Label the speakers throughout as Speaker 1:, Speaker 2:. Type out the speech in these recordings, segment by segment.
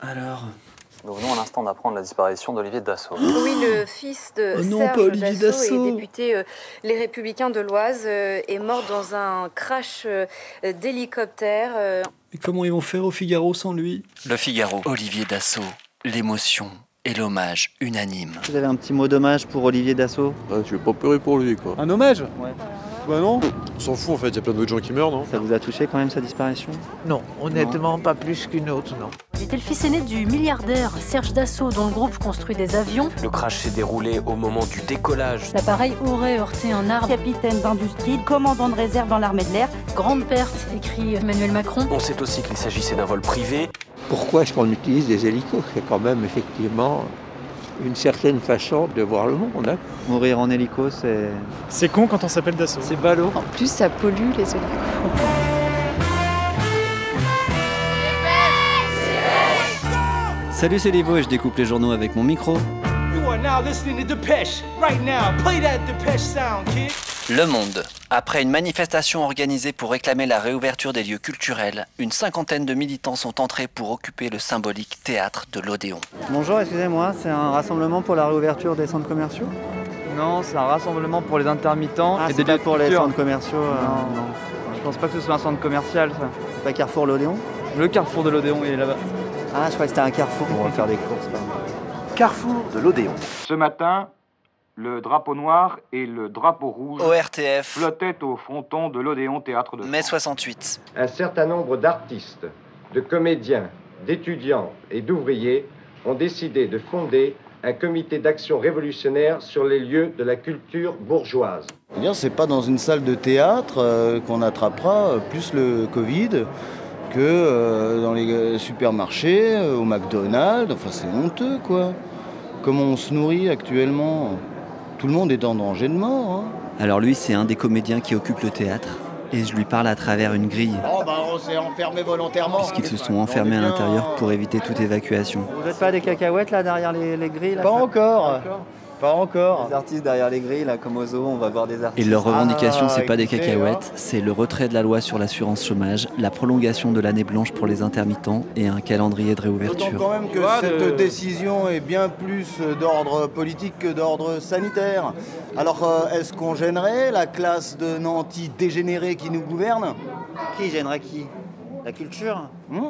Speaker 1: Alors.
Speaker 2: Nous venons à l'instant d'apprendre la disparition d'Olivier Dassault.
Speaker 3: Oui, le fils de
Speaker 1: Oh non,
Speaker 3: Serge
Speaker 1: pas Olivier
Speaker 3: Dassault,
Speaker 1: Dassault.
Speaker 3: et député euh, Les Républicains de l'Oise euh, est mort dans un crash euh, d'hélicoptère. euh,
Speaker 1: Mais comment ils vont faire au Figaro sans lui
Speaker 4: Le Figaro, Olivier Dassault, l'émotion et l'hommage unanime.
Speaker 5: Vous avez un petit mot d'hommage pour Olivier Dassault
Speaker 6: Ouais, Hein, tu veux pas pleurer pour lui, quoi.
Speaker 7: Un hommage
Speaker 5: Ouais.
Speaker 7: Bah non
Speaker 6: On s'en fout, en fait, il y a plein d'autres gens qui meurent, non
Speaker 5: Ça vous a touché quand même sa disparition
Speaker 8: Non, honnêtement, pas plus qu'une autre, non.
Speaker 9: Il était le fils aîné du milliardaire Serge Dassault, dont le groupe construit des avions.
Speaker 10: Le crash s'est déroulé au moment du décollage.
Speaker 9: L'appareil aurait heurté un arbre.
Speaker 11: Capitaine d'industrie, commandant de réserve dans l'armée de l'air.
Speaker 9: Grande perte, écrit Emmanuel Macron.
Speaker 10: On sait aussi qu'il s'agissait d'un vol privé.
Speaker 7: Pourquoi est-ce qu'on utilise des hélicos C'est quand même effectivement une certaine façon de voir le monde. hein.
Speaker 5: Mourir en hélico, c'est.
Speaker 8: C'est con quand on s'appelle Dassault.
Speaker 7: C'est ballot.
Speaker 12: En plus, ça pollue les olives.
Speaker 1: Salut, c'est Livo et je découpe les journaux avec mon micro.
Speaker 4: Le Monde. Après une manifestation organisée pour réclamer la réouverture des lieux culturels, une cinquantaine de militants sont entrés pour occuper le symbolique théâtre de l'Odéon.
Speaker 5: Bonjour, excusez-moi, c'est un rassemblement pour la réouverture des centres commerciaux
Speaker 8: Non, c'est un rassemblement pour les intermittents
Speaker 5: Ah,
Speaker 8: et
Speaker 5: c'est
Speaker 8: des
Speaker 5: pas
Speaker 8: lieux
Speaker 5: pour les
Speaker 8: culture.
Speaker 5: centres commerciaux euh,
Speaker 8: Non. Je pense pas que ce soit un centre commercial, ça.
Speaker 5: C'est Pas Carrefour L'Odéon
Speaker 8: Le carrefour de l'Odéon, il est là-bas.
Speaker 5: Ah, je crois que c'était un carrefour. On va faire des courses,
Speaker 6: Carrefour de l'Odéon.
Speaker 7: Ce matin, le drapeau noir et le drapeau rouge
Speaker 4: ORTF,
Speaker 7: flottaient au fronton de l'Odéon Théâtre de
Speaker 4: mai 68.
Speaker 7: Un certain nombre d'artistes, de comédiens, d'étudiants et d'ouvriers ont décidé de fonder un comité d'action révolutionnaire sur les lieux de la culture bourgeoise.
Speaker 11: D'ailleurs, Eh c'est pas dans une salle de théâtre euh, qu'on attrapera euh, plus le Covid que euh, dans les euh, supermarchés, euh, au McDonald's. Enfin, c'est honteux, quoi. Comment on se nourrit actuellement Tout le monde est en danger de mort. hein.
Speaker 1: Alors, lui, c'est un des comédiens qui occupe le théâtre. Et je lui parle à travers une grille,
Speaker 11: Oh bah on s'est enfermé volontairement.
Speaker 1: puisqu'ils se sont enfermés à l'intérieur pour éviter toute évacuation.
Speaker 5: Vous n'êtes pas des cacahuètes là derrière les, les grilles là,
Speaker 11: Pas
Speaker 5: ça-
Speaker 11: encore. Pas encore.
Speaker 5: Les artistes derrière les grilles, là, comme aux zoo, on va voir des
Speaker 1: Et
Speaker 5: artistes.
Speaker 1: leur revendication,
Speaker 11: Ah,
Speaker 1: c'est pas des
Speaker 11: écoutez,
Speaker 1: cacahuètes, c'est le retrait de la loi sur l'assurance chômage, la prolongation de l'année blanche pour les intermittents et un calendrier de
Speaker 11: D'autant
Speaker 1: réouverture.
Speaker 11: quand même que
Speaker 8: Quoi,
Speaker 11: cette
Speaker 8: de-
Speaker 11: décision est bien plus d'ordre politique que d'ordre sanitaire. Alors euh, est-ce qu'on gênerait la classe de nantis dégénérés qui nous gouverne
Speaker 5: Qui gênerait qui La culture
Speaker 11: Hmm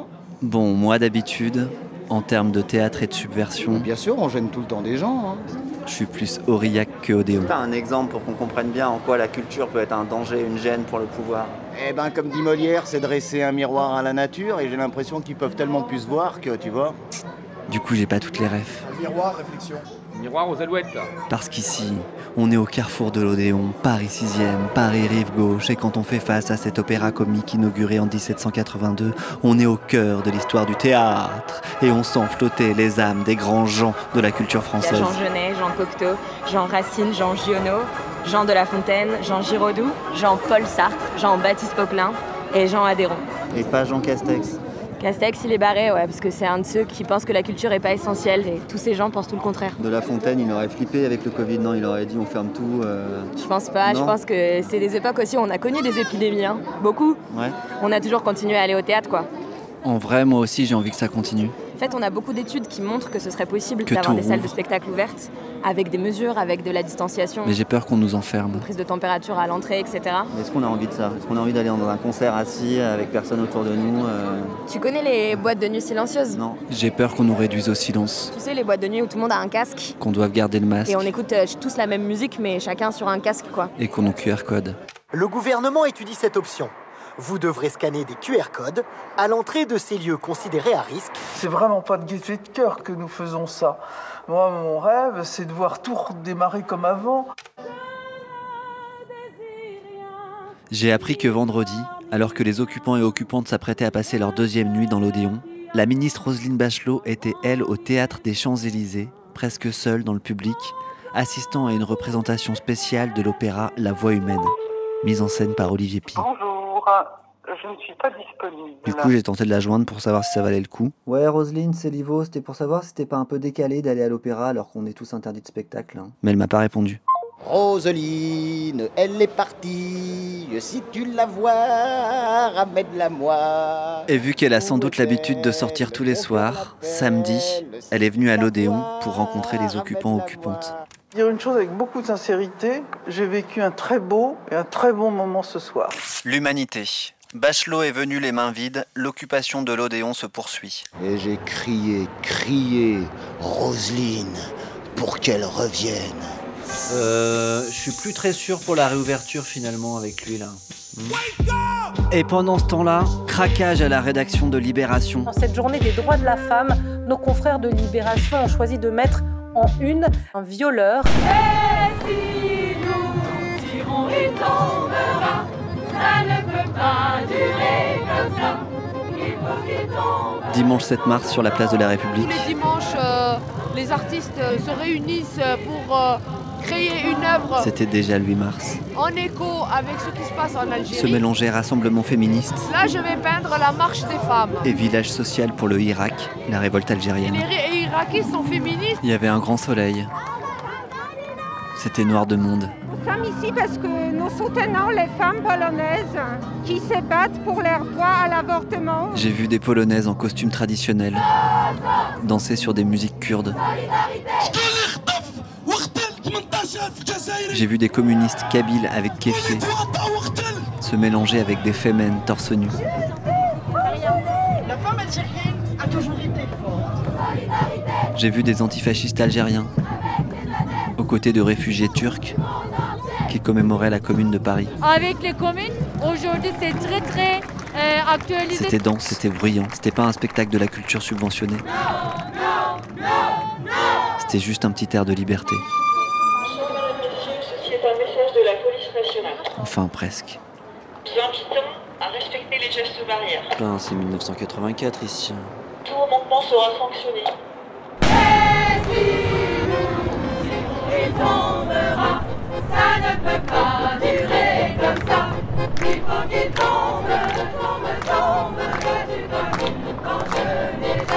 Speaker 1: Bon, moi d'habitude, en termes de théâtre et de subversion,
Speaker 11: Bien sûr, on gêne tout le temps des gens. hein.
Speaker 1: je suis plus Aurillac que Odéon.
Speaker 5: T'as un exemple pour qu'on comprenne bien en quoi la culture peut être un danger, une gêne pour le pouvoir.
Speaker 11: Eh ben comme dit Molière, c'est dresser un miroir à la nature et j'ai l'impression qu'ils peuvent tellement plus se voir que tu vois.
Speaker 1: Du coup, j'ai pas toutes les rêves.
Speaker 11: Miroir, réflexion.
Speaker 8: Miroir aux alouettes, là.
Speaker 1: Parce qu'ici, on est au carrefour de l'Odéon, Paris 6e, Paris rive gauche, et quand on fait face à cet opéra comique inauguré en 1782, on est au cœur de l'histoire du théâtre, et on sent flotter les âmes des grands gens de la culture française.
Speaker 12: Genet, Jean Cocteau, Jean Racine, Jean Giono, Jean de La Fontaine, Jean Giraudoux, Jean-Paul Sartre, Jean-Baptiste Poquelin et Jean Adhéron.
Speaker 5: Et pas Jean Castex.
Speaker 12: Castex, il est barré, ouais, parce que c'est un de ceux qui pensent que la culture est pas essentielle et tous ces gens pensent tout le contraire.
Speaker 5: De La Fontaine, il aurait flippé avec le Covid, non, il aurait dit on ferme tout. euh,
Speaker 12: Je pense pas, je
Speaker 5: Non.
Speaker 12: pense que c'est des époques aussi où on a connu des épidémies, hein. beaucoup.
Speaker 5: Ouais.
Speaker 12: On a toujours continué à aller au théâtre, quoi.
Speaker 1: En vrai, moi aussi, j'ai envie que ça continue.
Speaker 12: En fait, on a beaucoup d'études qui montrent que ce serait possible
Speaker 1: Que
Speaker 12: d'avoir
Speaker 1: tout
Speaker 12: des salles de
Speaker 1: rouvre.
Speaker 12: spectacle ouvertes, avec des mesures, avec de la distanciation,
Speaker 1: Mais j'ai peur qu'on nous enferme.
Speaker 12: prise de température à l'entrée, etc.
Speaker 5: Mais Est-ce qu'on a envie de ça Est-ce qu'on a envie d'aller dans un concert assis avec personne autour de nous euh,
Speaker 12: Tu connais les boîtes de nuit silencieuses
Speaker 5: Non.
Speaker 1: J'ai peur qu'on nous réduise au silence,
Speaker 12: Tu sais, les boîtes de nuit où tout le monde a un casque
Speaker 1: qu'on doive garder le masque
Speaker 12: et on écoute euh, tous la même musique, mais chacun sur un casque, quoi.
Speaker 1: et qu'on nous QR code.
Speaker 11: Le gouvernement étudie cette option. Vous devrez scanner des QR codes à l'entrée de ces lieux considérés à risque.
Speaker 8: C'est vraiment pas de gaieté de cœur que nous faisons ça. Moi, mon rêve, c'est de voir tout redémarrer comme avant.
Speaker 1: J'ai appris que vendredi, alors que les occupants et occupantes s'apprêtaient à passer leur deuxième nuit dans l'Odéon, la ministre Roselyne Bachelot était, elle, au théâtre des Champs-Élysées, presque seule dans le public, assistant à une représentation spéciale de l'opéra La Voix humaine, mise en scène par Olivier Pi.
Speaker 8: Bonjour, je ne suis pas disponible.
Speaker 1: Du coup, j'ai tenté de la joindre pour savoir si ça valait le coup.
Speaker 5: Ouais, Roselyne, c'est Livo, c'était pour savoir si c'était pas un peu décalé d'aller à l'opéra alors qu'on est tous interdits de spectacle. hein.
Speaker 1: mais elle m'a pas répondu.
Speaker 11: Roseline, elle est partie. Si tu la vois, ramène-la moi.
Speaker 1: Et vu qu'elle a sans doute l'habitude de sortir tous les soirs, samedi, elle est venue à l'Odéon pour rencontrer les occupants occupantes.
Speaker 8: Dire une chose avec beaucoup de sincérité, j'ai vécu un très beau et un très bon moment ce soir.
Speaker 13: L'humanité. Bachelot est venu les mains vides, l'occupation de l'Odéon se poursuit.
Speaker 11: Et j'ai crié, crié, Roseline, pour qu'elle revienne.
Speaker 1: Euh, je suis plus très sûr pour la réouverture finalement avec lui là. Hmm. Et pendant ce temps-là, craquage à la rédaction de Libération.
Speaker 14: Dans cette journée des droits de la femme, nos confrères de Libération ont choisi de mettre en une un violeur.
Speaker 15: Et si nous tirons, il tombera. Ça ne peut pas durer comme ça. Il faut qu'il tombe.
Speaker 1: Dimanche 7 mars sur la place de la République.
Speaker 12: Tous les dimanches, euh, les artistes euh, se réunissent pour euh, créer une œuvre
Speaker 1: C'était déjà le 8 mars.
Speaker 12: en écho avec ce qui se passe en
Speaker 1: Se
Speaker 12: Algérie.
Speaker 1: mélanger rassemblement féministe
Speaker 12: Là, je vais peindre la marche des femmes.
Speaker 1: et village social pour le Irak, la révolte
Speaker 12: Et les
Speaker 1: algérienne.
Speaker 12: Ré- et Irakis sont féministes.
Speaker 1: Il y avait un grand soleil. C'était noir de monde.
Speaker 16: Nous sommes ici parce que nous soutenons les femmes polonaises qui se battent pour leur droit à l'avortement.
Speaker 1: J'ai vu des Polonaises en costume traditionnel danser sur des musiques kurdes. J'ai vu des communistes kabyles avec kéfier se mélanger avec des femmes torse nu.
Speaker 17: La femme algérienne a toujours été forte.
Speaker 1: J'ai vu des antifascistes algériens aux côtés de réfugiés turcs qui commémoraient la commune de Paris.
Speaker 18: avec les communes. Aujourd'hui, c'est très très euh, actualisé.
Speaker 1: C'était dense, c'était bruyant. C'était pas un spectacle de la culture subventionnée. C'était juste un petit air de liberté.
Speaker 17: C'est un message de la police nationale.
Speaker 1: Enfin, presque.
Speaker 17: Nous invitons à respecter les gestes barrières.
Speaker 1: Putain, Ben, c'est 1984 ici.
Speaker 17: Tout manquement sera sanctionné.
Speaker 15: Il tombera. Ça ne peut pas durer comme ça. Il faut qu'il tombe, tombe, tombe. Veux-tu dormir quand je n'ai pas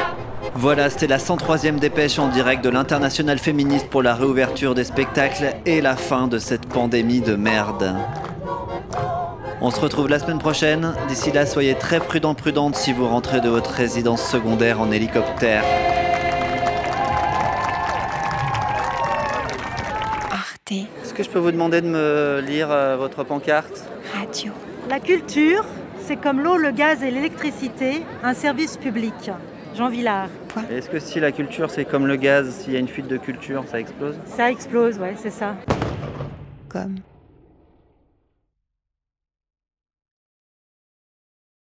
Speaker 1: Voilà, c'était la 103e dépêche en direct de l'international féministe pour la réouverture des spectacles et la fin de cette pandémie de merde. On se retrouve la semaine prochaine. D'ici là, soyez très prudents, prudentes si vous rentrez de votre résidence secondaire en hélicoptère. Est-ce que je peux vous demander de me lire euh, votre pancarte
Speaker 3: Radio. La culture, c'est comme l'eau, le gaz et l'électricité, un service public. Jean Villard.
Speaker 1: Est-ce que si la culture c'est comme le gaz, s'il y a une fuite de culture, ça explose
Speaker 3: Ça explose, ouais, c'est ça. Comme.